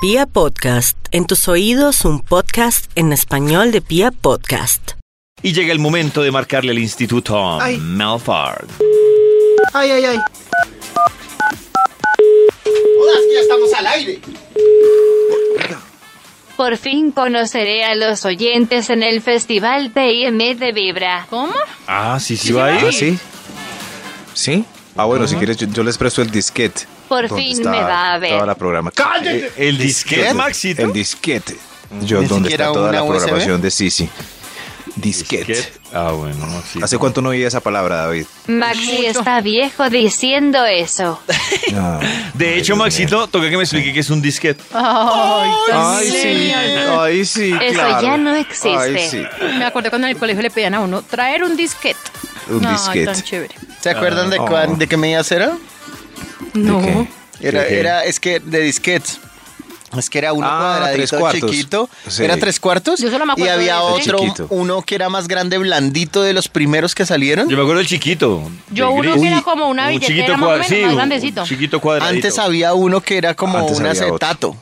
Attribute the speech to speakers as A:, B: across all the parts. A: Pia Podcast, en tus oídos un podcast en español de Pia Podcast.
B: Y llega el momento de marcarle al instituto
C: Ay.
B: Melford.
C: Ay, ay, ay. Hola, ya estamos al aire.
D: Por fin conoceré a los oyentes en el Festival TIM de Vibra.
E: ¿Cómo?
B: Ah, sí, sí va a
E: ahí.
B: ir.
F: Ah, sí. ¿Sí? Ah, bueno, si quieres, yo, yo les presto el disquete.
D: Por
F: donde
D: fin
F: está
D: me va a ver.
F: Toda la programa.
B: Eh, El disquete,
F: Donde-
B: Maxito.
F: El disquete. Yo,
C: Ni
F: donde
C: siquiera
F: está toda la
C: una USB.
F: programación de Sisi. Disquete.
B: Ah, bueno, Maxito.
F: ¿Hace cuánto no oía esa palabra, David?
D: Maxi está viejo diciendo eso.
F: Ah,
B: De hecho,
F: Dios mío.
B: Maxito, toca que me explique qué es un disquete.
E: Ah. Ay,
F: Ay, sí.
E: señor.
F: Ay, sí.
D: Eso
F: claro.
D: ya no existe.
F: Ay, sí.
E: Me acordé cuando en el colegio le pedían a uno traer un disquete.
F: Un
E: Ay, tan
F: disquete.
E: chévere.
C: ¿Se acuerdan de,
F: Ah.
C: cuán, de qué medidas era?
E: No.
F: qué?
C: Era,
B: ¿De qué?
C: era, es que de disquetes. Es que era uno
F: Ah, tres
C: cuadradito
F: cuartos.
C: chiquito.
F: Sí.
C: Era tres cuartos.
E: Yo solo
C: y
E: me acuerdo
C: había
E: de ese.
C: otro,
F: Chiquito.
C: uno que era más grande, blandito de los primeros que salieron.
B: Yo me acuerdo del chiquito.
E: Yo
B: del
E: uno
B: gris.
E: que era como una
B: Un
E: billetera
B: chiquito
E: más o menos,
B: cuadra- sí,
E: más
B: un
E: grandecito.
B: chiquito cuadradito.
C: Antes había uno que era como
F: Antes
C: un
F: había otro.
C: acetato.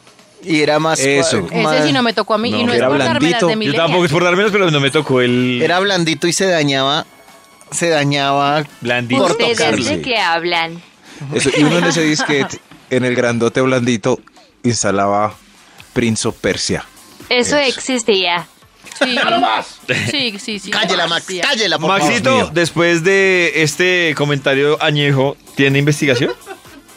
C: Y era más. cua-
F: Eso.
E: Ese
C: más-
E: sí no me tocó a mí.
F: No,
E: y
F: que
E: no es
F: era
E: por darme las
F: blandito.
E: de
F: Yo
B: Yo
E: millennial.
B: tampoco es por dar menos, pero no me tocó el
C: Era blandito y se dañaba. Se dañaba.
B: blandito.
C: por
D: ¿Ustedes
C: tocarlo.
D: de qué hablan?
F: Eso, y uno en ese disquete, en el grandote blandito, instalaba Prince of Persia.
D: Eso
F: Eso.
D: existía.
E: Sí. ¡Ya más! Sí, sí, sí.
C: Cállela, Max.
E: Sí,
C: Cállela, por favor.
F: Dios
B: Maxito,
F: mío.
B: después de este comentario añejo, ¿tiene investigación?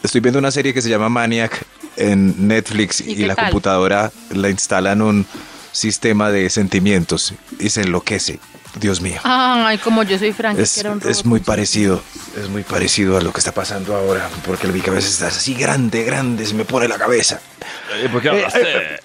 F: Estoy viendo una serie que se llama Maniac en Netflix
E: ¿Y
F: y,
E: qué
F: la
E: tal?
F: computadora la instala en un sistema de sentimientos y se enloquece. Dios mío.
E: Ay, como yo soy Frank,
F: Es,
E: Ah, que era un
F: es
E: robot.
F: muy parecido, es muy parecido a lo que está pasando ahora, porque mi cabeza está así grande, grande, se me pone la cabeza. Eh,
B: Porque eh,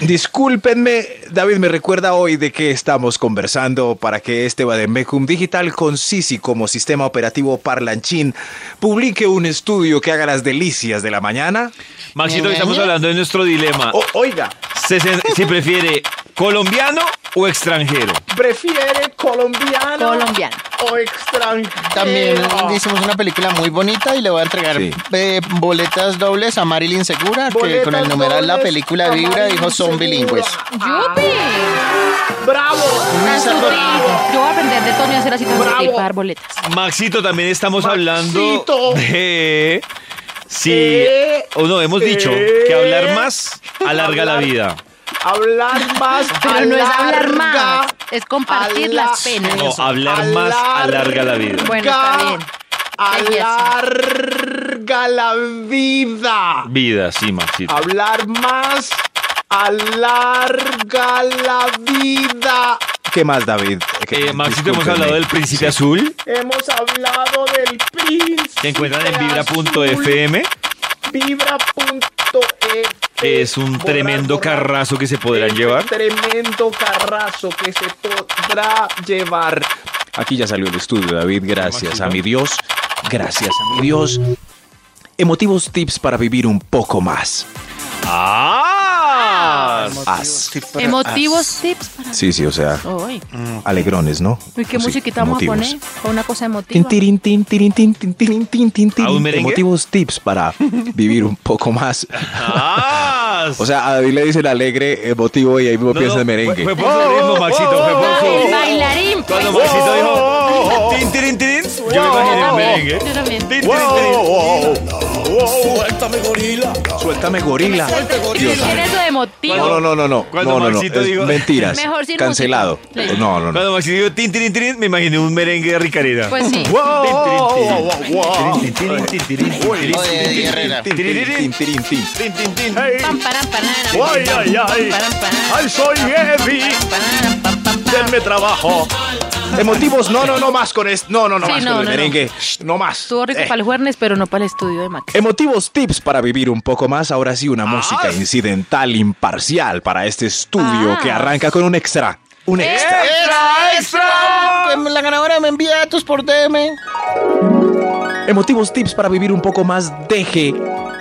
F: Discúlpenme, David me recuerda hoy de qué estamos conversando para que este Bademecum Digital con Sisi como sistema operativo parlanchín publique un estudio que haga las delicias de la mañana.
B: Maxito, hoy estamos hablando de nuestro dilema.
F: O- oiga,
B: Se- se- si prefiere colombiano o extranjero.
F: prefiere colombiano
E: Colombiana.
F: o extranjero. Ah,
C: También hicimos una película muy bonita y le voy a entregar
F: Sí.
C: eh, boletas dobles a Marilyn Segura, que
F: Boletas
C: con el numeral la
F: dobles
C: película
F: a
C: Vibra dijo
F: Marilyn
C: son
F: Segura".
C: bilingües.
E: ¡Yupi!
F: ¡Bravo!
C: Un saludo.
E: Yo voy a aprender de Tony a hacer así tan y pagar boletas.
B: Maxito, también estamos hablando
F: Maxito.
B: de si
F: Eh,
B: o no hemos dicho
F: eh,
B: que hablar más alarga la vida.
F: Hablar más.
E: Pero no es hablar más, es compartir
F: alarga-
E: las penas.
B: No, hablar más alarga la vida.
E: Bueno, está bien.
F: Alarga la vida.
B: Vida, sí, Maxito.
F: Hablar más alarga la vida. ¿Qué más, David?
B: Eh, Maxito, hemos
F: Discúlpenme.
B: hablado del príncipe azul
G: Hemos hablado del príncipe.
B: que encuentran en
G: azul,
B: vibra.fm.
G: Vibra.fm.
B: que Es un
G: Borrar,
B: tremendo
G: borrar.
B: carrazo que se podrán
G: Es
B: llevar.
G: un Tremendo carrazo que se podrá llevar.
F: Aquí ya salió el estudio, David. Gracias
B: Maxito.
F: a mi Dios. Gracias a mi Dios. Emotivos tips para vivir un poco más.
B: ¡Ah!
F: As.
E: Emotivos tips para
F: Sí, sí, o sea,
E: hoy.
F: alegrones, ¿no?
E: Uy, qué
F: Así,
E: musiquita vamos
F: emotivos.
E: a poner con una cosa
F: Tin,
E: emotiva.
F: tirin, tin, tirin, tin, tin, tirin, tin, tin,
B: ¿A un
F: tirin.
B: merengue?
F: Emotivos tips para vivir un poco más.
B: ¡Ah!
F: O sea, a David le dicen alegre, emotivo y ahí mismo
B: No,
F: piensa
B: no,
F: en merengue.
B: Fue, fue por su ritmo, Maxito, fue por su-
E: El bailarín.
B: Cuando
E: pues.
B: Maxito dijo tin, tirin, tirin, yo me imaginé un merengue.
E: Yo también.
B: Tin, tirin, tirin.
F: Suéltame gorila. Dios
E: ¿Qué era eso de emotivo?
F: No, no, no, no, no.
B: Cuando
F: no, no, no.
B: Maxito
F: es
B: dijo-
F: Mentiras.
E: Mejor sin
F: Cancelado.
E: música. Sí.
F: No, no, no.
B: Cuando Maxito dijo tin, tirin, tirin, me imaginé un merengue de Ricarena.
E: Pues sí.
C: Oye, Eddie Herrera.
F: Tin, tin, tin, tin, tin.
E: Pam, param, param,
G: Ay, ay, ay.
E: pam, param, param,
G: ¡Ay, soy Evi!
E: param, pam, pam, pam.
G: ¡Denme trabajo!
F: Emotivos, no, no, no más con esto. No, no, no
E: Sí,
F: más
E: no,
F: con el
E: no, no.
F: merengue. No más.
E: Estuvo rico
F: Eh.
E: para el jueves, pero no para el estudio de Max.
F: Emotivos tips para vivir un poco más. Ahora sí, una música incidental, imparcial para este estudio
E: Ah. Eh.
F: que arranca con un extra. Un extra.
C: ¡Extra, extra! La ganadora me envía datos por DM.
F: Emotivos tips para vivir un poco más. Deje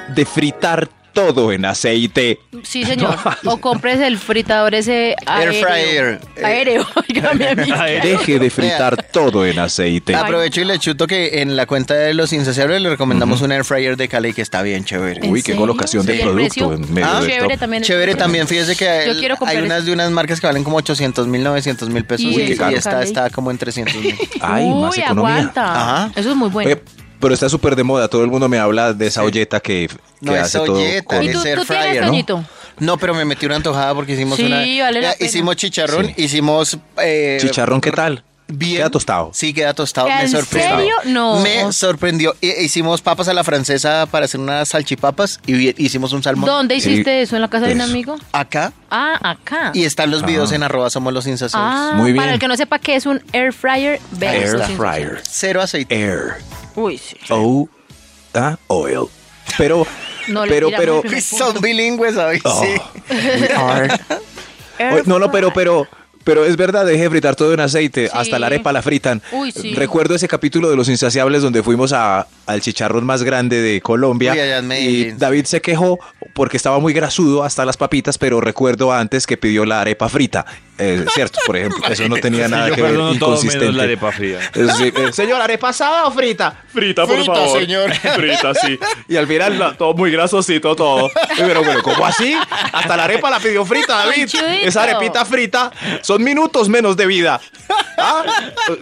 F: de fritar todo en aceite.
E: Sí, señor. O compres el fritador ese
C: Air
E: aéreo.
C: fryer. Eh.
E: Aéreo, óigame a mí.
B: Eh.
F: Deje de fritar todo en aceite.
C: Aprovecho y le chuto que en la cuenta de los insaciables le recomendamos un air fryer de Cali que está bien chévere.
E: ¿En
F: Uy, qué
E: serio?
F: colocación de
E: ¿Y el
F: producto
E: precio?
F: en medio
E: Ah,
F: de
E: chévere
F: esto.
E: también. el
C: Chévere
E: precio.
C: también, fíjese que
E: Yo
C: el-
E: quiero comprar
C: hay unas de unas marcas que valen como 800 mil, 900 mil pesos
E: Y
C: y,
F: eso,
C: esta
E: Cali.
C: está como en 300 mil.
F: Ay,
E: Uy,
F: más economía.
E: aguanta.
C: Ajá.
E: Eso es muy bueno.
F: Oye, pero está súper de moda. Todo el mundo me habla de esa olleta que, que
C: No es
F: hace todo.
C: olleta,
F: con-
E: ¿Y
C: es
E: tú-
C: air
E: tú tienes,
C: fryer, ¿no?
E: Toñito?
C: No, pero me metí una antojada porque hicimos
E: Sí,
C: una...
E: vale la
C: Ya,
E: pena.
C: Hicimos chicharrón,
F: Sí.
C: hicimos... eh,
F: Chicharrón, ¿qué tal?
C: Bien.
F: Queda tostado.
C: Sí, queda tostado.
E: ¿En
C: Me sorprendió.
E: serio? No.
C: Me sorprendió. Hi- Hicimos papas a la francesa para hacer unas salchipapas y vi- hicimos un salmón
E: ¿Dónde
F: Sí, pues.
E: hiciste eso? ¿En la casa de un
F: eso.
E: amigo?
C: acá.
E: Ah, acá.
C: Y están los videos
F: Ah.
C: en arroba somos los insaciables.
E: Ah,
F: Muy bien.
E: para el que no sepa qué es un air fryer, ve
F: Air
E: esto, sí, sí, sí.
F: fryer.
C: Cero aceite.
F: Air.
E: Uy, sí.
F: O. ah, Oil. Pero.
E: No le
F: pero,
E: tiramos
F: pero.
E: el primer punto.
C: Son bilingües, ¿sabes?
F: Oh.
C: Sí.
F: We are. Oye, no, no, pero, pero, pero es verdad, deje de fritar todo en aceite, hasta la arepa la fritan.
E: Uy, sí.
F: Recuerdo ese capítulo de Los Insaciables donde fuimos a, al chicharrón más grande de Colombia
C: Uy, allá en
F: y
C: Medellín.
F: David se quejó porque estaba muy grasudo hasta las papitas, pero recuerdo antes que pidió la arepa frita, Eh, ¿cierto? Por ejemplo, eso no tenía nada
B: yo
F: que ver,
B: perdono todo menos la
F: inconsistente.
B: arepa fría.
F: Eh, sí, eh, señor, ¿arepa asada o frita?
H: Frita, por
C: Frita,
H: favor.
C: señor.
H: Frita, sí.
F: Y al final, la-
H: Todo muy grasosito, todo.
F: Pero bueno, ¿cómo así? Hasta la arepa la pidió frita, David.
E: Conchuito.
F: Esa arepita frita son minutos menos de vida. Ah,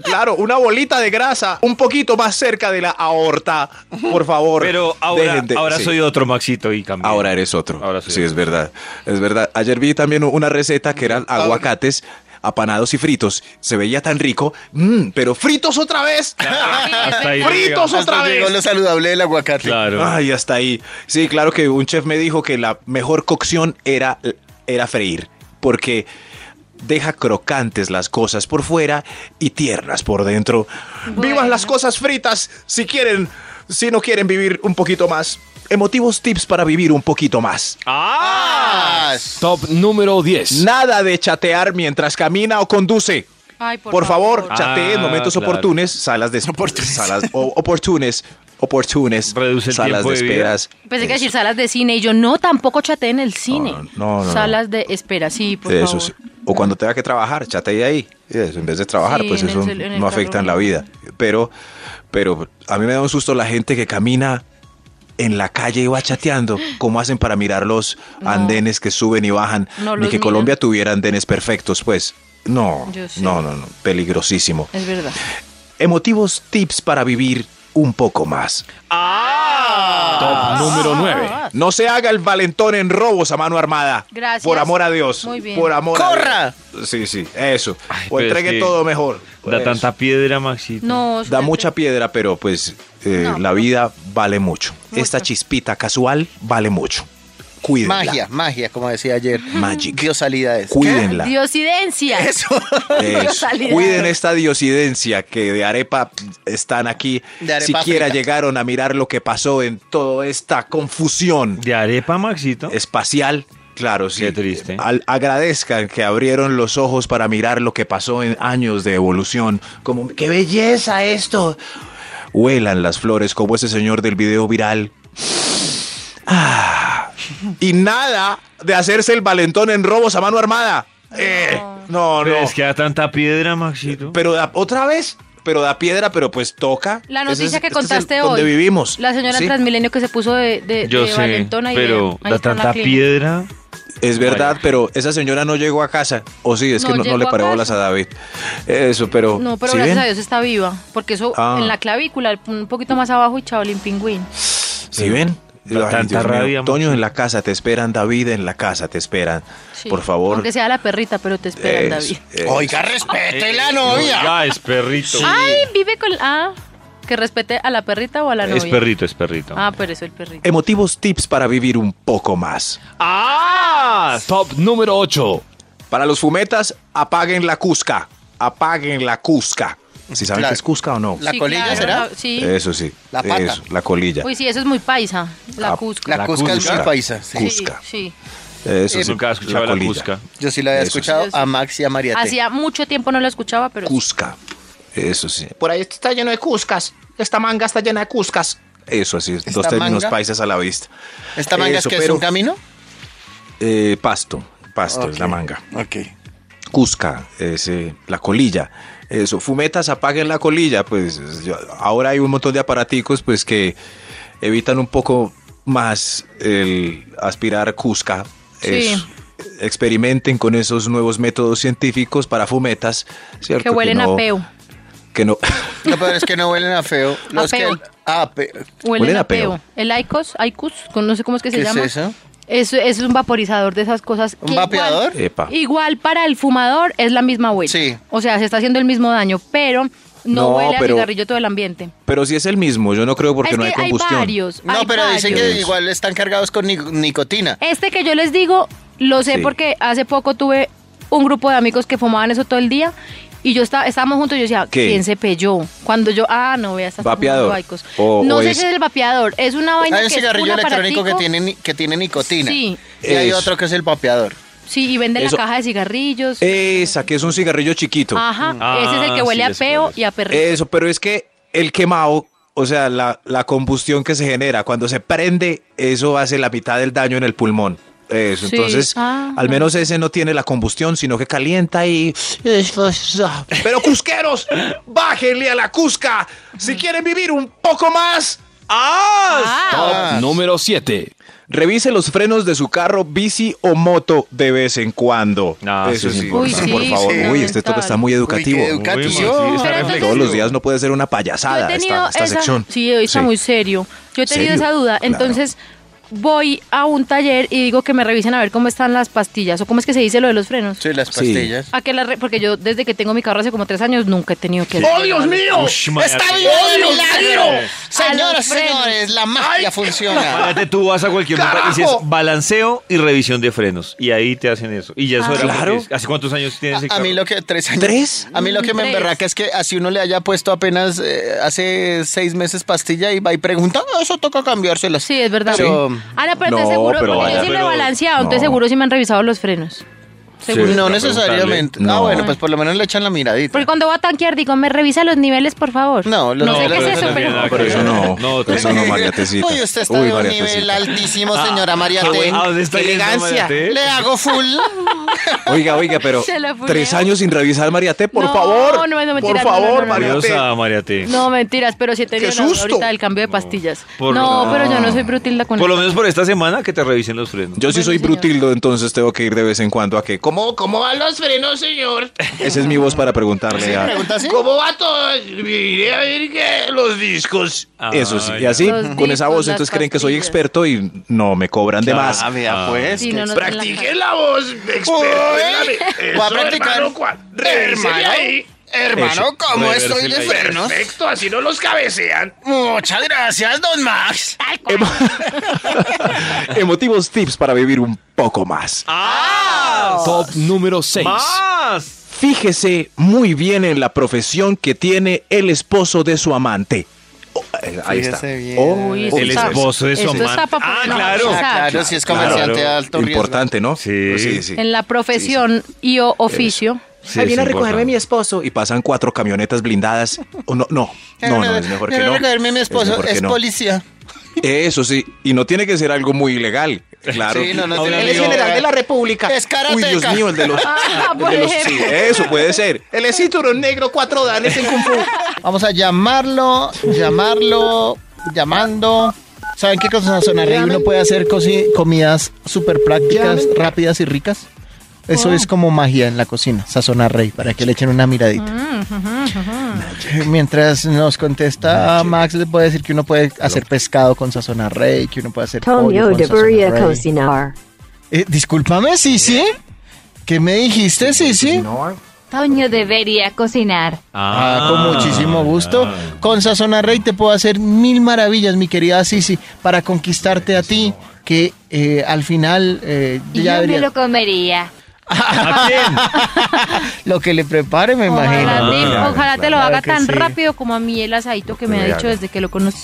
F: Claro, una bolita de grasa un poquito más cerca de la aorta. Por favor.
B: Pero ahora,
F: dejen de-
B: ahora
F: sí.
B: soy otro Maxito y cambié.
F: Ahora eres otro.
B: Ahora soy
F: sí,
B: otro.
F: es verdad. Es verdad. Ayer vi también una receta que eran aguacates apanados y fritos. Se veía tan rico. Mm, pero fritos otra vez.
B: Hasta ahí
F: fritos
B: llega.
F: otra
C: Hasta
F: vez.
C: llegó lo saludable del aguacate.
B: Claro.
F: Ay, hasta ahí. Sí, claro que un chef me dijo que la mejor cocción era, era freír, porque deja crocantes las cosas por fuera y tiernas por dentro. Vivas las cosas fritas si quieren, si no quieren vivir un poquito más. Emotivos tips para vivir un poquito más.
C: Ah,
I: Top número 10.
F: Nada de chatear mientras camina o conduce.
E: Ay,
F: Por, favor, chatee en
B: Ah,
F: momentos
B: claro.
F: oportunes, salas de oportunes, salas o- oportunes, oportunes,
B: Reduce el
F: salas
B: tiempo
F: de
B: de vida.
F: esperas.
E: Pensé que
F: Eso.
E: decir salas de cine y yo no, tampoco chateé en el cine.
F: no, no, no.
E: Salas de espera, sí, por
F: Eso
E: favor.
F: sí. O cuando tenga que trabajar, chatea ahí. Eso, en vez de trabajar,
E: Sí,
F: pues
E: en el
F: eso
E: cel- en el
F: no afecta en la
E: carro.
F: vida. Pero, pero a mí me da un susto la gente que camina en la calle y va chateando. ¿Cómo hacen para mirar los andenes que suben y bajan?
E: No
F: Ni
E: los
F: que
E: miran.
F: Colombia tuviera andenes perfectos, pues. No,
E: Yo sé.
F: no, no, no. Peligrosísimo.
E: Es verdad.
F: Emotivos tips para vivir un poco más.
E: Ah.
I: Top número 9.
F: No se haga el valentón en robos a mano armada.
E: Gracias.
F: Por amor a Dios.
E: Muy bien.
F: Por amor
C: ¡Corra!
F: a Dios. Sí, sí, eso.
B: Ay,
F: o
B: pero
F: entregue
B: es que
F: todo mejor.
B: Da
F: Eso.
B: tanta piedra, Maxito.
E: No, es
F: Da
E: una-
F: mucha piedra, pero pues eh,
E: No.
F: la vida vale mucho.
E: Mucho.
F: Esta chispita casual vale mucho. Cuídenla.
C: Ah, magia, magia, como decía ayer.
F: Magic.
C: Diosalidades.
F: Cuídenla.
E: Diosidencia.
C: Eso.
F: Eso.
E: Diosalidad.
F: Eh, Cuiden esta diosidencia que de arepa están aquí.
C: De arepa
F: Siquiera
C: frita.
F: llegaron a mirar lo que pasó en toda esta confusión
B: ¿De arepa, Maxito?
F: espacial. Claro, sí.
B: Qué triste.
F: Al- agradezcan que abrieron los ojos para mirar lo que pasó en años de evolución. Como, ¡qué belleza esto! Huelan las flores como ese señor del video viral. Ah, y nada de hacerse el valentón en robos a mano armada. Eh, no, no.
B: Pero es que da tanta piedra, Maxito.
F: Pero da- otra vez, pero da piedra, pero pues toca.
E: La
F: Ese es-
E: noticia que
F: este es el-
E: contaste hoy.
F: Donde vivimos.
E: La señora
F: Sí.
E: Transmilenio que se puso de, de,
B: Yo
E: eh, de
B: sé,
E: valentona y
B: pero
E: ahí
B: da
E: está en la
B: tanta
E: clínica.
B: piedra.
F: Es verdad,
B: Vaya.
F: pero esa señora no llegó a casa. O sí, es que
E: No
F: no, no
E: llegó
F: le
E: a
F: paró
E: casa.
F: bolas a David. Eso, pero.
E: No, pero
F: ¿sí
E: gracias
F: ven?
E: a Dios está viva. Porque eso
F: Ah.
E: en la clavícula, un poquito más abajo, y chaolín pingüín.
F: ¿Sí ven?
B: Da tanta
F: Dios mío.
B: rabia,
F: Toño
B: Maxi.
F: en la casa te esperan, David en la casa te esperan.
E: Sí.
F: Por favor.
E: Aunque sea la perrita, pero te esperan,
F: Es-
E: David.
F: es-
C: Oiga, respete
F: Eh,
C: la novia.
B: Ya, es perrito.
E: Ay, vive con. Ah, que respete a la perrita o a la novia.
B: Es perrito, es perrito.
E: Ah, pero eso el
F: Eh,
E: perrito.
F: Emotivos tips para vivir un poco más.
B: ¡Ah!
I: Top número 8.
F: Para los fumetas, apaguen la cusca. Apaguen la cusca. Si saben
C: La-
F: que es cusca o no.
C: ¿La colilla será?
E: la- sí.
F: Eso sí.
C: La pata.
F: Eso, la colilla.
E: Uy, sí, eso es muy paisa. La
F: Ah,
E: cusca.
C: La Cusca es
F: Cusca.
C: muy paisa. sí.
E: Sí,
F: Cusca.
E: Sí,
F: Eso
B: Yo
F: sí.
B: Nunca he escuchado la,
F: colilla.
B: cusca.
C: Yo sí la había
F: Eso sí.
C: escuchado a Max y a María. T.
E: Hacía mucho tiempo no la escuchaba, pero.
F: Cusca. Eso sí.
G: Por ahí esto está lleno de cuscas. Esta manga está llena de cuscas.
F: Eso así, dos
C: ¿Esta
F: términos
C: manga?
F: paisas a la vista.
C: ¿Esta manga
F: Eso,
C: es que
F: pero,
C: es un camino?
F: eh, pasto, pasto es la
C: Ok.
F: manga.
C: Ok.
F: Cusca, es, eh, la colilla. Eso, fumetas, apaguen la colilla. Pues yo- ahora hay un montón de aparaticos pues que evitan un poco más el aspirar Cusca.
E: Sí.
F: Eso. Experimenten con esos nuevos métodos científicos para fumetas, ¿cierto?
E: que huelen
F: no-
E: a peo.
F: Que no.
C: Lo peor es que no huelen a feo. Los
E: A feo.
C: que. Ah, pe-
E: Huelen,
F: Huelen
E: a
F: a peo.
E: peo. El Icos, Icus, con- no sé cómo es que se
C: ¿Qué es
E: llama.
C: eso?
E: Es, es un vaporizador de esas cosas.
C: ¿Un
E: que igual-
C: vapeador?
F: Epa.
E: Igual para el fumador es la misma huella.
C: Sí.
E: O sea, se está haciendo el mismo daño, pero no,
F: No,
E: huele
F: pero-
E: a cigarrillo todo el ambiente.
F: Pero si es el mismo, yo no creo porque
E: es
F: no
E: que
F: hay combustión.
E: varios.
C: No,
E: hay
C: pero dicen que
E: varios.
C: igual están cargados con nic- nicotina.
E: Este que yo les digo, lo sé
F: Sí.
E: porque hace poco tuve un grupo de amigos que fumaban eso todo el día y yo estaba, estábamos juntos y yo decía,
F: ¿Qué?
E: ¿quién se pelló? Cuando yo, ah, no, vea, está
F: Vapeador.
E: fumando Icos.
F: O-
E: no
F: o
E: sé
F: es-
E: si es el vapeador, es una vaina
C: Hay un
E: que es
C: cigarrillo
E: un
C: electrónico que
E: aparatico.
C: tiene, ni- que tiene nicotina.
E: Sí.
C: Y hay
F: Eso.
C: otro que es el vapeador.
E: Sí, y venden
F: Eso-
E: la caja de cigarrillos.
F: Esa, que es un cigarrillo chiquito.
E: Ajá, ese es el que
B: Ah,
E: huele
B: sí,
E: a
B: ya sé
E: peo
B: cuál es.
E: y a perrito.
F: Eso, pero es que el quemado, o sea, la, la combustión que se genera cuando se prende, eso hace la mitad del daño en el pulmón. Eso,
E: Sí.
F: entonces,
E: Ah.
F: al menos ese no tiene la combustión, sino que calienta y... Pero cusqueros, bájenle a la cusca. Si quieren vivir un poco más... ¡Ah!
C: Ah.
I: Número 7.
F: Revise los frenos de su carro, bici o moto de vez en cuando.
B: Ah,
F: Eso
B: sí,
F: sí,
B: sí,
F: por,
E: Uy, sí,
F: favor.
E: sí.
F: Uy, este toque está muy educativo.
C: Uy, qué educativo.
B: Uy, man, sí, está
E: Pero entonces-
B: reflexivo.
F: Todos los días no puede ser una
E: Yo he
F: payasada
E: tenido
F: esta, esta
E: esa-
F: sección.
E: Sí, hoy está
F: Sí.
E: muy serio. Yo he tenido
F: Serio,
E: esa duda.
F: claro.
E: Entonces voy a un taller y digo que me revisen a ver cómo están las pastillas o cómo es que se dice lo de los frenos.
C: Sí, las
F: Sí.
C: pastillas.
E: A que la re- porque yo desde que tengo mi carro hace como tres años nunca he tenido que...
B: ¡Oh, Dios mío!
C: ¡Está bien, milagro! Señoras,
E: frenos.
C: señores, la magia funciona.
B: Imagínate, tú vas a cualquier lugar y dices balanceo y revisión de frenos. Y ahí te hacen eso. Y ya
E: Ah.
B: eso era
F: Claro.
B: porque- ¿Hace cuántos años tienes el
C: A, a mí
B: carro?
C: lo que tres años.
F: ¿Tres?
C: A mí lo que me
E: Tres.
C: emberraca es que así uno le haya puesto apenas eh, hace seis meses pastilla y va y pregunta, "Ah, eso toca cambiárselo.
E: Sí, es verdad.
C: Pero-
E: Ana, pero
F: No,
E: entonces seguro,
F: pero
E: porque
F: vaya,
E: yo sí lo he
B: pero-
E: balanceado, entonces
F: no.
E: seguro sí me han revisado los frenos. Seguro.
C: no
B: para
C: necesariamente.
F: preguntarle.
C: Ah,
F: No.
C: bueno, pues por lo menos le echan la miradita.
E: Porque cuando voy a tanquear digo, me revisa los niveles, por favor.
C: No, los
E: No,
C: niveles
E: ¿qué
C: no
E: es eso?
C: tienen
E: Pero-
B: nada que
F: Pero eso
B: ver.
F: no, eso no, María Tecita.
C: Uy, usted está
F: Uy,
C: de un
F: María
C: nivel
F: Tecita.
C: altísimo, señora María
B: Ah,
C: T.
B: ¿a dónde está
C: Qué
B: yendo, María
C: elegancia.
B: T?
C: Le hago full.
F: Oiga, oiga, pero
E: Se la fuleo.
F: tres años sin revisar Mariate, por
E: No,
F: favor.
E: no, no, mentira,
F: por
E: no, no,
F: favor,
E: no, no, no.
F: María
B: Adiós
F: T.
B: a María T.
E: No, mentiras, pero sí he tenido
F: ¡Qué
E: la-
F: susto!
E: ahorita del cambio de pastillas.
B: por
E: no,
B: lo-
E: pero yo no soy brutilda con
B: Por lo
E: eso.
B: menos por esta semana que te revisen los frenos.
F: Yo sí
E: Bueno,
F: soy
E: señor.
F: brutildo, entonces tengo que ir de vez en cuando a que, ¿cómo, cómo van los frenos, señor? Esa es mi voz para preguntarle a...
C: ¿Pregunta así?
F: ¿Cómo va todo? Iré a ver que los discos. Eso sí, y
B: ya.
F: así,
E: Los
F: con esa
E: discos,
F: voz,
E: las
F: entonces creen que soy
E: pastillas.
F: experto y no me cobran de más.
C: Ah, vea, pues.
E: Sí,
C: que-
E: no nos dan la
F: Practiquen la voz, experto.
C: Uy,
F: Eso,
C: voy a practicar.
F: hermano, cua- revérsele
C: Hermano,
F: ahí.
C: hermano, ¿cómo
B: revérsele
C: estoy de
B: ahí.
C: frenos?
F: Perfecto, así no los cabecean.
C: Muchas gracias, don Max.
F: Emotivos tips para vivir un poco más.
I: Top número 6.
B: ¡Más!
F: Fíjese muy bien en la profesión que tiene el esposo de su amante. Oh, eh, ahí está.
C: Fíjese bien.
F: Oh,
E: Uy,
F: oh,
B: El
E: está-
B: esposo de su
E: esto está
B: amante.
E: pa'
B: Ah,
E: poner-
B: claro.
E: Exacto.
C: Ah, claro, si es comerciante de
B: Claro.
C: alto riesgo.
F: importante, ¿no? Pues
B: Sí.
E: En la profesión y o oficio.
B: Sí, es importante.
F: esposo. Y pasan cuatro camionetas blindadas. O no, no, no, no, es mejor que
C: Quiero
F: no.
C: recogerme a mi
F: Es
C: esposo,
F: mejor
C: es,
F: que no.
C: policía.
F: Eso sí, y no tiene que ser algo muy ilegal, claro.
C: Sí, no, no tiene
F: Él
C: que
F: es
C: ser
F: general
C: ilegal.
F: de la República.
C: Es karateca.
F: Uy, Dios mío, el de los...
E: Ah,
F: el
E: por
F: de los- sí,
E: ejemplo.
F: eso puede ser. Él es cinturón negro, cuatro danes en Kung Fu.
C: Vamos a llamarlo, llamarlo, llamando. ¿Saben qué cosas sonar ahí? Uno puede hacer cosi- comidas súper prácticas, rápidas y ricas. Eso es como magia en la cocina, sazonar rey, para que le echen una miradita.
F: Mm,
C: Mientras nos contesta a Max, le puede decir que uno puede hacer pescado con sazonar rey, que uno puede hacer pollo con sazonar rey. Eh, discúlpame, sí, sí. ¿Qué me dijiste, sí, sí?
D: Toño debería cocinar.
C: Ah, con muchísimo gusto. Con Sazona Rey te puedo hacer mil maravillas, mi querida Sisi, para conquistarte a ti, que eh, al final eh,
D: Y
C: ya
D: yo me
C: habría-
D: lo comería.
C: lo que le prepare, me imagino.
E: Ojalá, te,
B: Ah,
E: ojalá te lo haga
C: que
E: tan
C: sí.
E: rápido como a mí el asadito que me ha dicho desde que lo conocí.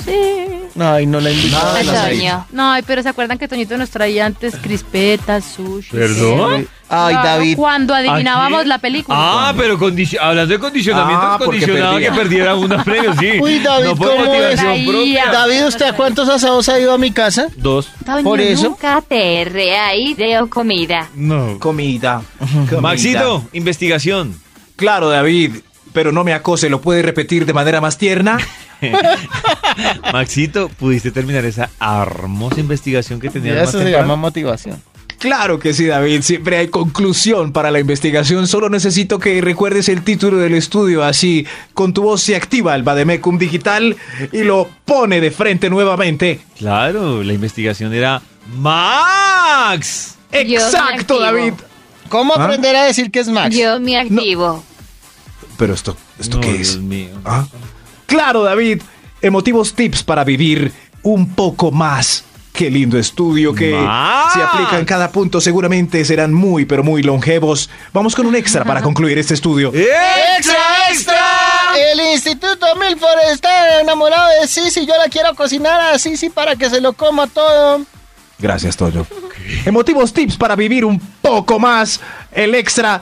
C: Ay, no la invito.
D: A Toño.
E: No, ay, pero ¿se acuerdan que Toñito nos traía antes crispetas, sushi?
B: ¿Perdón?
E: Sí.
C: Ay,
E: Claro,
C: David.
E: Cuando adivinábamos
B: Aquí.
E: la película.
B: Ah, pero condici- hablando de condicionamientos,
F: Ah, porque
B: condicionaba
F: perdía.
B: que perdiera una premio, sí.
C: Uy, David,
B: no por
C: ¿cómo
B: motivación
E: es?
B: propia.
E: Ahí.
C: David, ¿usted a cuántos asados ha ido a mi casa?
B: Dos.
D: Toño,
C: Por eso.
D: Nunca te reí de comida.
B: No.
F: Comida. comida.
B: Maxito, investigación.
F: Claro, David, pero no me acose, ¿lo puede repetir de manera más tierna?
B: Maxito, ¿pudiste terminar esa hermosa investigación que tenías
C: Mira,
B: más
C: Eso se
B: temprano?
C: llama motivación.
F: Claro que sí, David, siempre hay conclusión para la investigación, solo necesito que recuerdes el título del estudio, así con tu voz se activa el Bademecum Digital y lo pone de frente nuevamente.
B: Claro, la investigación era Max.
D: Yo
F: Exacto,
D: me activo.
F: David.
C: ¿Cómo
F: ¿Ah?
C: aprender a decir que es Max?
D: Yo me activo.
F: Pero esto, ¿esto
B: No,
F: qué
B: Dios
F: es?
B: mío.
F: ¿Ah? Claro, David. Emotivos tips para vivir un poco más. Qué lindo estudio que
B: Más.
F: si aplican cada punto seguramente serán muy pero muy longevos. Vamos con un extra para concluir este estudio.
B: Eh. ¡Extra, extra!
C: El Instituto Milford está enamorado de Sisi. Yo la quiero cocinar a Sisi para que se lo coma todo.
F: Gracias, Toyo. Emotivos tips para vivir un poco más. El extra.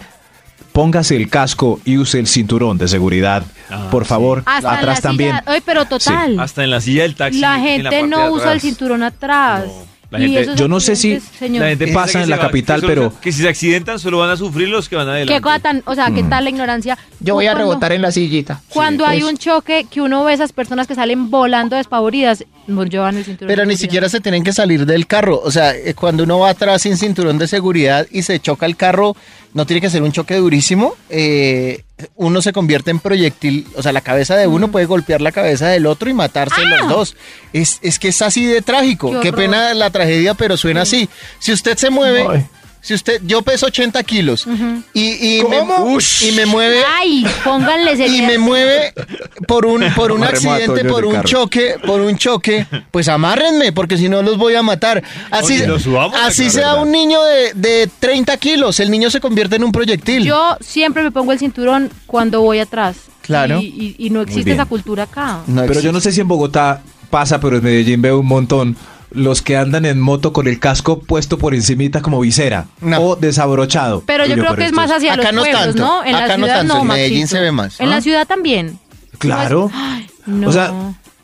F: Póngase el casco y use el cinturón de seguridad.
B: Ah,
F: Por
B: sí.
F: favor,
E: Hasta en la
F: atrás
E: silla-
F: también.
E: Ay, pero total.
B: Hasta en la silla del taxi.
E: la
B: en la
E: gente
B: parte de
E: no usa el
B: atrás.
E: cinturón atrás.
B: No. La
E: Y
B: gente-
E: esos
F: yo no sé si-
E: accidentes, señor.
B: La gente
F: Pasa
B: piensa que
F: en
B: se
F: la
B: va-
F: capital,
B: que solo-
F: pero-
B: Que si se accidentan, solo van a sufrir los que van adelante.
E: Qué cosa tan, o sea, qué tal la ignorancia.
G: Yo voy a
E: Cuando-
G: rebotar en la sillita.
E: Cuando hay un choque que uno ve esas personas que salen volando despavoridas, no llevan el cinturón.
C: Pero
E: de
C: ni
E: seguridad.
C: siquiera se tienen que salir del carro. O sea, eh, cuando uno va atrás sin cinturón de seguridad y se choca el carro, no tiene que ser un choque durísimo. eh, uno se convierte en proyectil. O sea, la cabeza de
E: Mm.
C: uno puede golpear la cabeza del otro y matarse los dos. Es, es que es así de trágico.
E: ¡Ah! Qué
C: Qué,
E: horror.
C: pena la tragedia, pero suena así. Si usted se mueve... Si usted, yo peso 80 kilos y, y Me, y me mueve
E: Ay, pónganles el.
C: y me mueve por un por un
F: Amarremos a
C: accidente,
F: Toño
C: por
F: del
C: un
F: carro.
C: choque, por un choque, pues amárrenme, porque si no los voy a matar. Así,
B: Oye, lo subamos,
C: así
B: claro,
C: sea
B: ¿verdad?
C: un niño de, de 30 kilos, el niño se convierte en un proyectil.
E: Yo siempre me pongo el cinturón cuando voy atrás.
C: Claro.
E: Y, y- y no existe
F: bien.
E: esa cultura acá.
C: No
F: Pero yo
C: existe.
F: no sé si en Bogotá pasa, pero en Medellín veo un montón los que andan en moto con el casco puesto por encimita como visera
C: No.
F: o desabrochado.
E: Pero yo
F: Oye,
E: creo que es más
F: estos-
E: hacia
C: Acá
E: los
C: no
E: pueblos,
C: tanto.
E: ¿no? En la
C: Acá no
E: ciudad
C: tanto.
E: no,
C: En Medellín
E: Maxito.
C: se ve más,
E: En
C: ¿no?
E: la ciudad también.
F: Claro.
E: Ay, no.
F: O sea,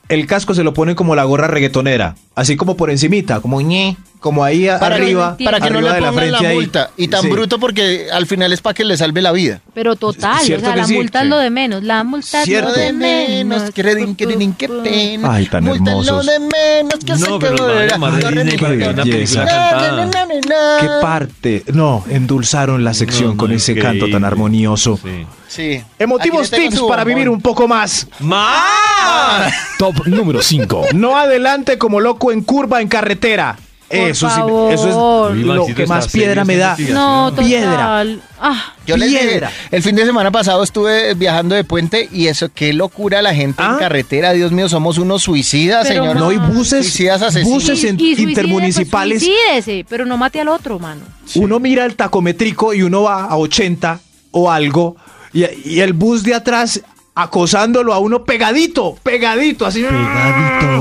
F: el casco se lo ponen como la gorra reggaetonera, así como por encimita, como ñe, como ahí a-
C: para
F: arriba,
C: que, para que no
F: arriba
C: le
F: de
C: pongan la,
F: frente ahí.
C: multa y tan
F: Sí.
C: bruto porque al final es para que le salve la vida.
E: Pero total, o
F: ¿Cierto
E: sea,
F: que
E: la
F: sí?
E: multa es lo de menos. La multa es
F: ¿Cierto?
E: lo
C: Lo
E: de menos.
C: creen, creen, qué pena.
F: Ay, tan
C: Multa, lo
F: hermosos.
C: de menos, que se
B: No, pero
C: quedó
B: lo van a
C: de-
B: llamar de Disney para que haga una película
F: belleza.
B: cantada.
F: Qué parte. No, endulzaron la sección
B: No, no,
F: con ese
B: increíble.
F: canto tan armonioso.
B: Sí.
C: Sí.
F: Emotivos
C: Aquí le tengo
F: tips
C: su
F: para
C: bombón.
F: vivir un poco más.
B: ¡Max!
I: Top número 5.
F: No adelante como loco en curva en carretera. Eso sí,
E: favor.
F: eso es
B: Uy,
F: lo
B: Maxito,
F: que
B: está
F: más
B: serio
F: piedra
B: esta
F: me da.
B: investigación.
E: No, total.
F: Piedra.
E: Ah,
C: Yo les dije,
F: Piedra.
C: el fin de semana pasado estuve viajando de puente y eso, qué locura la gente
F: ¿Ah?
C: en carretera, Dios mío, somos unos suicidas,
E: Pero
C: señor.
E: más.
F: No, y buses,
C: Suicidas asesinos.
F: buses en-
E: y- y suicídese,
F: intermunicipales.
E: pues, suicídese, pero no mate al otro, mano.
F: Uno mira el tacométrico y uno va a 80 o algo y, y el bus de atrás acosándolo a uno pegadito, pegadito, así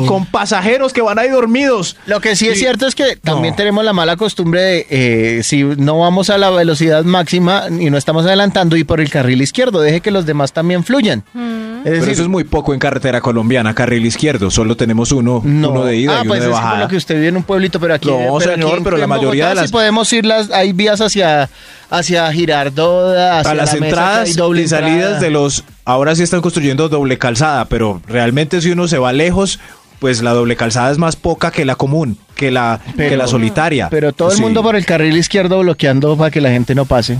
F: con pasajeros que van ahí dormidos.
C: Lo que sí es
F: Y-
C: cierto es que también
F: No.
C: tenemos la mala costumbre de eh, si no vamos a la velocidad máxima y no estamos adelantando y por el carril izquierdo, deje que los demás también fluyan. Es
F: Pero
C: decir,
F: eso es muy poco en carretera colombiana, carril izquierdo, solo tenemos uno,
C: no.
F: uno de ida
C: ah,
F: y uno
C: pues
F: de
C: es que por
F: bajada.
C: lo que usted vive en un pueblito, pero aquí.
F: No,
C: pero aquí
F: señor,
C: en-
F: pero la
C: en
F: mayoría de
C: sí
F: las-
C: podemos ir, las, hay vías hacia, hacia Girardoda, hacia
F: a
C: la
F: las
C: mesa, que hay
F: entradas
C: doble
F: y salidas
C: entrada.
F: de los. Ahora sí están construyendo doble calzada, pero realmente si uno se va lejos, pues la doble calzada es más poca que la común, que la, que la solitaria.
C: Pero todo el
F: Sí.
C: mundo por el carril izquierdo bloqueando para que la gente no pase.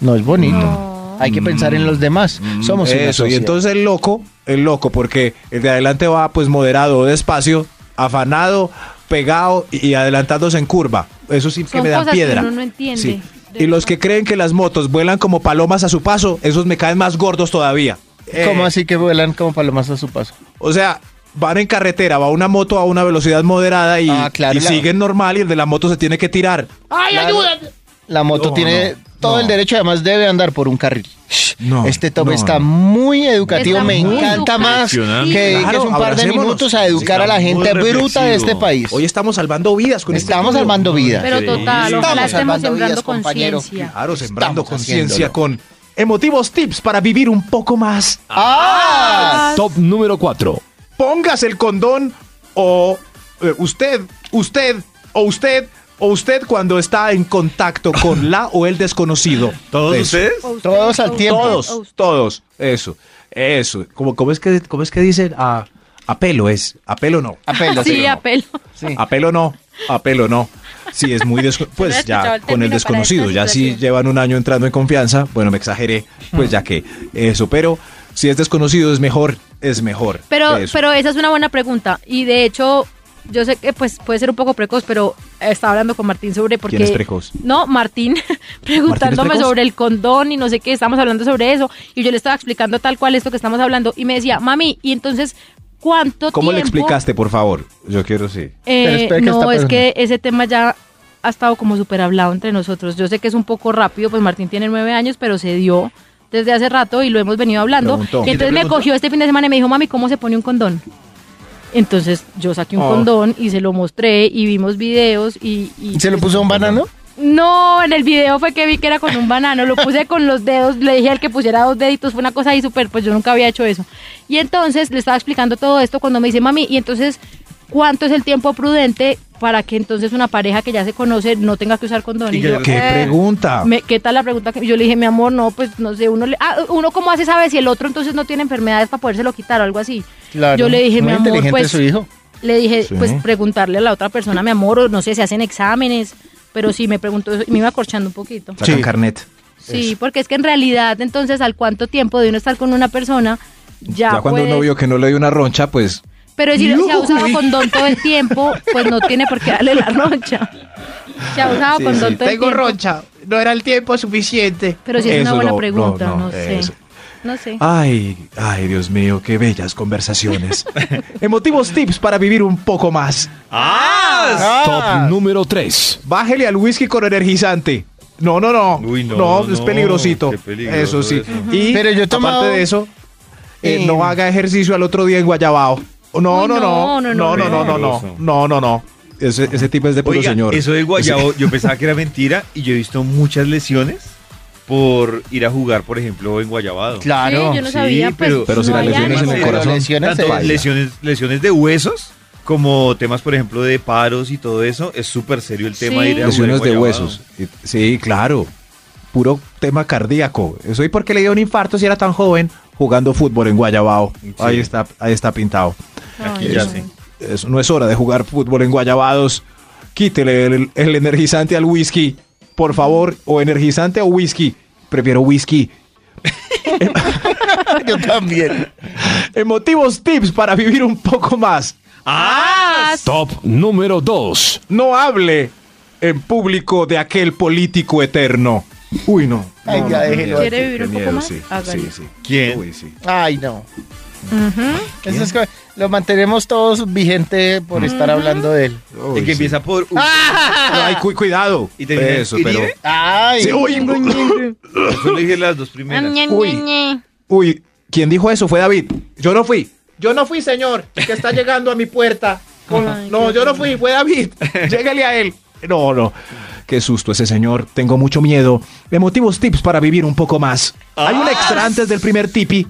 C: No es bonito. Hay que pensar en los demás. Somos una
F: Mm, Eso, y
C: sociedad.
F: entonces el loco, el loco, porque el de adelante va pues moderado, despacio, afanado, pegado y adelantándose en curva. Eso sí que
E: Son
F: me da
E: cosas que
F: piedra.
E: uno no entiende.
F: Sí.
E: De
F: Y los que creen que las motos vuelan como palomas a su paso, esos me caen más gordos todavía.
C: ¿Cómo
F: Eh,
C: así que vuelan como palomas a su paso?
F: O sea, van en carretera, va una moto a una velocidad moderada y,
C: Ah, claro,
F: y
C: claro.
F: siguen normal y el de la moto se tiene que tirar.
C: ¡Ay, ayúdate! La moto
F: No,
C: tiene todo el derecho, además debe andar por un carril.
F: No,
C: este top
F: no,
C: está
F: no.
C: muy educativo,
E: Está
C: me
E: muy
C: encanta más que
B: educativo.
C: dediques
F: Claro,
C: un par de
F: abracémonos.
C: minutos a educar a la
B: Está muy
C: gente bruta
B: reflexivo.
C: de este país.
F: Hoy estamos salvando vidas con este
C: Estamos
F: video.
C: salvando vidas.
E: Pero
B: Increíble.
E: total,
C: Estamos
E: ojalá estemos
C: salvando
E: sembrando
C: vidas, compañero.
E: conciencia.
F: Claro, sembrando
C: Estamos
F: conciencia
C: haciéndolo.
F: con emotivos tips para vivir un poco más.
C: ¡Ah!
I: Top número 4.
F: Póngase el condón o eh, usted, usted o usted o usted cuando está en contacto con la o el desconocido. Pues,
B: ¿Todos
F: Eso.
B: ustedes?
C: Todos al tiempo.
E: Oh,
F: Todos, todos. Eso, eso. ¿Cómo, cómo es, que, cómo es que dicen? A, a pelo es. A pelo no.
C: Apelo,
E: Sí,
C: apelo.
E: apelo.
C: Sí.
F: A pelo no, a pelo no. Sí, es muy desco-
E: había
F: pues
E: escuchado
F: ya con el
E: el término para esta
F: desconocido, ya si
E: situación.
F: llevan un año entrando en confianza, bueno, me exageré, pues ya que eso, pero si es desconocido es mejor, es mejor.
E: Pero,
F: eso.
E: pero esa es una buena pregunta. Y de hecho, yo sé que pues puede ser un poco precoz, pero estaba hablando con Martín sobre porque.
F: ¿Quién es precoz?
E: No, Martín, preguntándome
F: precoz?
E: sobre el condón y no sé qué, estamos hablando sobre eso. Y yo le estaba explicando tal cual esto que estamos hablando. Y me decía, mami, y entonces, ¿cuánto
F: ¿Cómo
E: tiempo?
F: le explicaste, por favor? Yo quiero sí.
E: Eh,
C: Pero espera que
E: no,
C: esta
E: es
C: persona-
E: que ese tema ya ha estado como súper hablado entre nosotros. Yo sé que es un poco rápido, pues Martín tiene nueve años, pero se dio desde hace rato y lo hemos venido hablando.
F: Preguntó.
E: Y
F: ¿Y te
E: entonces me
F: preguntó?
E: cogió este fin de semana y me dijo, mami, ¿cómo se pone un condón? Entonces yo saqué un
F: Oh.
E: condón y se lo mostré y vimos videos y... y-
C: ¿Se lo puso a un banano?
E: No, en el video fue que vi que era con un banano, lo puse con los dedos, le dije al que pusiera dos deditos, fue una cosa ahí súper, pues yo nunca había hecho eso. Y entonces le estaba explicando todo esto cuando me dice, mami, y entonces, ¿cuánto es el tiempo prudente para que entonces una pareja que ya se conoce no tenga que usar condón? Y yo,
F: ¿Qué
E: "Eh".
F: pregunta?
E: Me- ¿Qué tal la pregunta? que Yo le dije, mi amor, no, pues no sé, uno, le- ah, uno cómo hace sabe si el otro entonces no tiene enfermedades para podérselo quitar o algo así.
C: Claro.
E: Yo le dije,
C: Muy
E: mi amor,
C: inteligente
E: pues
C: su hijo.
E: le dije,
F: Sí.
E: pues preguntarle a la otra persona, mi amor, o no sé, si hacen exámenes, pero sí me preguntó eso y me iba corchando un poquito.
F: Sacan
C: Sí.
F: carnet.
E: Sí, porque es que en realidad, entonces, al cuánto tiempo de uno estar con una persona, ya,
F: Ya, cuando
E: puede-
F: uno vio que no le dio una roncha, pues
E: Pero si se ha usado condón todo el tiempo, pues no tiene por qué darle la roncha. Se ha usado condón Ah, todo el tiempo.
G: No era el tiempo suficiente.
E: Pero sí es
F: Eso
E: una buena
F: no,
E: pregunta, no,
F: no, no,
E: sé.
F: eso.
E: No sé.
F: Ay, ay, Dios mío, qué bellas conversaciones. Emotivos tips para vivir un poco más.
C: Ah.
I: Top número 3.
F: Bájele al whisky con energizante. No, no, no.
B: Uy, no,
F: es
B: no,
F: peligrosito.
B: qué peligroso
F: eso sí.
B: eso.
F: Y
C: Pero yo he tomado-
F: aparte de eso, eh,
C: Eh,
F: no haga ejercicio al otro día en Guayabao. No, no,
E: Uy,
F: no.
E: no,
F: No,
E: no,
F: no, no, no, no.
B: Peligroso.
F: No, no, no. Ese, ese tipo es de puro
B: Oiga,
F: señor.
B: eso del guayabo, yo pensaba que era mentira y yo he visto muchas lesiones por ir a jugar, por ejemplo, en guayabado.
C: Claro.
E: Sí, yo no sabía, pues,
F: pero si
E: no
F: las
E: hay
F: lesiones en
E: ánimo.
F: el
B: Sí,
F: corazón,
B: pero
C: lesiones
B: tanto
C: de-
B: lesiones, lesiones de huesos como temas, por ejemplo, de paros y todo eso. Es súper serio el tema de
E: Sí.
B: ir a jugar
F: Lesiones de
B: guayabado.
F: huesos. Y- Sí, claro. Puro tema cardíaco. Eso y porque le dio un infarto si era tan joven jugando fútbol en Guayabao. Ahí está, ahí está pintado.
E: Ay,
B: Ya
E: no.
B: sé.
F: Eso no es hora de jugar fútbol en Guayabados. Quítele el, el energizante al whisky, por favor. O energizante o whisky. Prefiero whisky.
C: Yo también.
F: Emotivos tips para vivir un poco más.
I: Ah, Top número 2.
F: No hable en público de aquel político eterno. Uy, no.
C: Ay, ya déjelo.
E: ¿Quiere vivir un poco más?
F: Sí,
E: Hágale.
F: sí, sí.
B: ¿Quién?
F: Uy, sí.
C: Ay, no. Eso es co- lo mantenemos todos vigente por estar hablando de él.
F: Uy,
B: El
F: sí.
B: que empieza por...
E: Ah.
F: Ay, cu- cuidado.
B: Y termina-
F: Eso,
B: y
F: pero.
B: dime.
C: Ay.
F: Sí, uy,
B: Solo dije las dos primeras.
F: Uy, uy, ¿quién dijo eso? Fue David. Yo no fui. Yo no fui, señor, que está llegando a mi puerta. Con- no, yo no fui, fue David. Lléguele a él. No, no. Qué susto ese señor. Tengo mucho miedo. Emotivos tips para vivir un poco más.
C: Ah.
F: Hay un extra antes del primer tipi.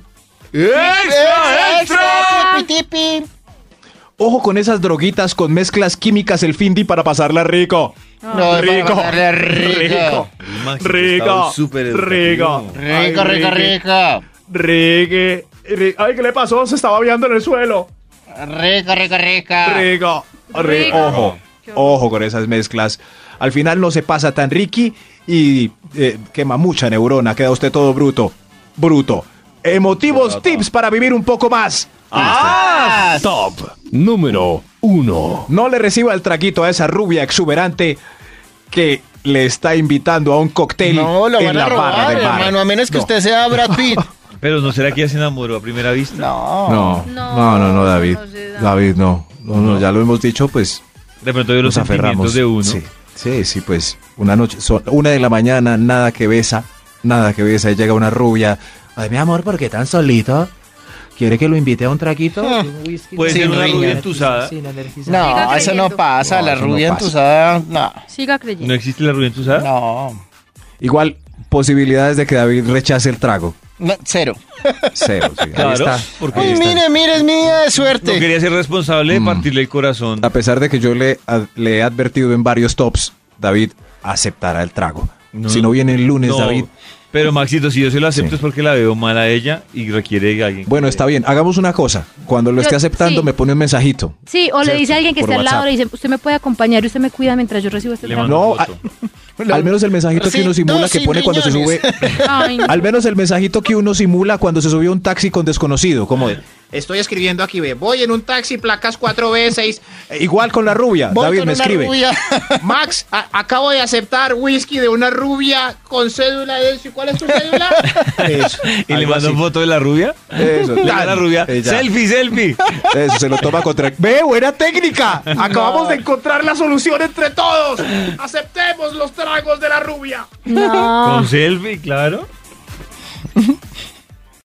C: ¡Extra, extra! tipi, tipi.
F: Ojo con esas droguitas con mezclas químicas el Findi para pasarla rico.
E: Ah.
C: No, es para
H: Rico,
C: pasarle rico.
B: El Max
H: Rico,
B: estaba súper educativo.
H: rico.
C: Rico,
H: Ay,
C: rico,
H: Ricky.
C: rico.
H: Rigue, ri- Ay, ¿qué le pasó? Se estaba viendo en el suelo.
C: Rico, rico, rico.
F: Ah,
H: Rigo.
E: Rico.
F: Ojo, ojo con esas mezclas. Al final no se pasa tan Ricky y eh, quema mucha neurona. Queda usted todo bruto. Bruto. Emotivos tips para vivir un poco más.
C: Ah,
I: Top número 1.
F: No le reciba el traguito a esa rubia exuberante que le está invitando a un cóctel
C: No, lo
F: en
C: van a
F: la barra
C: robar,
F: del bar.
C: hermano, a menos que
F: No,
C: usted sea Brad Pitt.
B: Pero ¿no será que ya se enamoró a primera vista?
C: No.
F: No,
E: No,
F: no, no, no, David.
E: no se da.
F: David, no. No, no, ya lo hemos dicho, pues
B: De pronto vio los
F: nos aferramos.
B: sentimientos de uno.
F: Sí. Sí, sí, pues una noche, son una de la mañana, nada que besa, nada que besa, y llega una rubia. Ay, mi amor, ¿por qué tan solito? ¿Quiere que lo invite a un traguito?
C: Ah,
B: Puede
C: Sí,
B: ser una
C: niña.
B: rubia entusada.
C: No,
E: Siga
C: eso
E: creyendo.
C: no pasa.
F: No,
C: la
F: eso no
C: rubia
F: pasa.
C: entusada, no.
E: Siga
B: ¿No
E: creyendo.
B: existe la rubia entusada?
C: No.
F: Igual, posibilidades de que David rechace el trago.
C: No, Cero.
F: Cero, sí, ahí
B: Claro,
F: está,
B: porque-
F: ahí
C: Ay,
F: está.
C: mire, mire, es mi día de
B: No
C: suerte.
B: quería ser responsable de
F: Mm.
B: partirle el corazón.
F: A pesar de que yo le, ad- le he advertido en varios tops, David aceptará el trago.
B: No.
F: si no viene el lunes,
B: No,
F: David.
B: Pero Maxito, si yo se lo acepto
F: Sí.
B: es porque la veo mal a ella y requiere de alguien. que-
F: Bueno, está bien. Hagamos una cosa. Cuando lo
E: Yo-
F: esté aceptando,
E: sí.
F: me pone un mensajito.
E: Sí, o le
F: Cierto,
E: dice a alguien que
F: por
E: esté al lado,
F: WhatsApp.
E: le dice, usted me puede acompañar y usted me cuida mientras yo recibo este
B: Le
E: trabajo.
B: mando un
F: No,
B: voto.
F: Al menos el mensajito
C: Sí,
F: que uno simula
C: dos
F: que
C: sin
F: pone cuando se sube.
C: riñones.
E: Ay, no.
F: Al menos el mensajito que uno simula cuando se subió a un taxi con desconocido. Como de,
J: Estoy escribiendo aquí, ve. Voy en un taxi, placas 4B6.
F: igual con la rubia.
C: Voy
F: David
C: con
F: me
C: una
F: escribe.
C: rubia.
J: Max, a- acabo de aceptar whisky de una rubia con cédula de eso. ¿Y cuál es tu cédula?
F: Eso,
B: Y le
F: algo
B: mando
F: así.
B: foto de la rubia.
F: Eso,
B: Le mando a la rubia.
F: Eh, ya.
B: Selfie, selfie.
F: Eso, se lo toma contra. ¡Ve, buena técnica!
G: Acabamos de encontrar la solución entre todos. Aceptemos los tragos de la rubia.
E: No.
B: Con selfie, claro.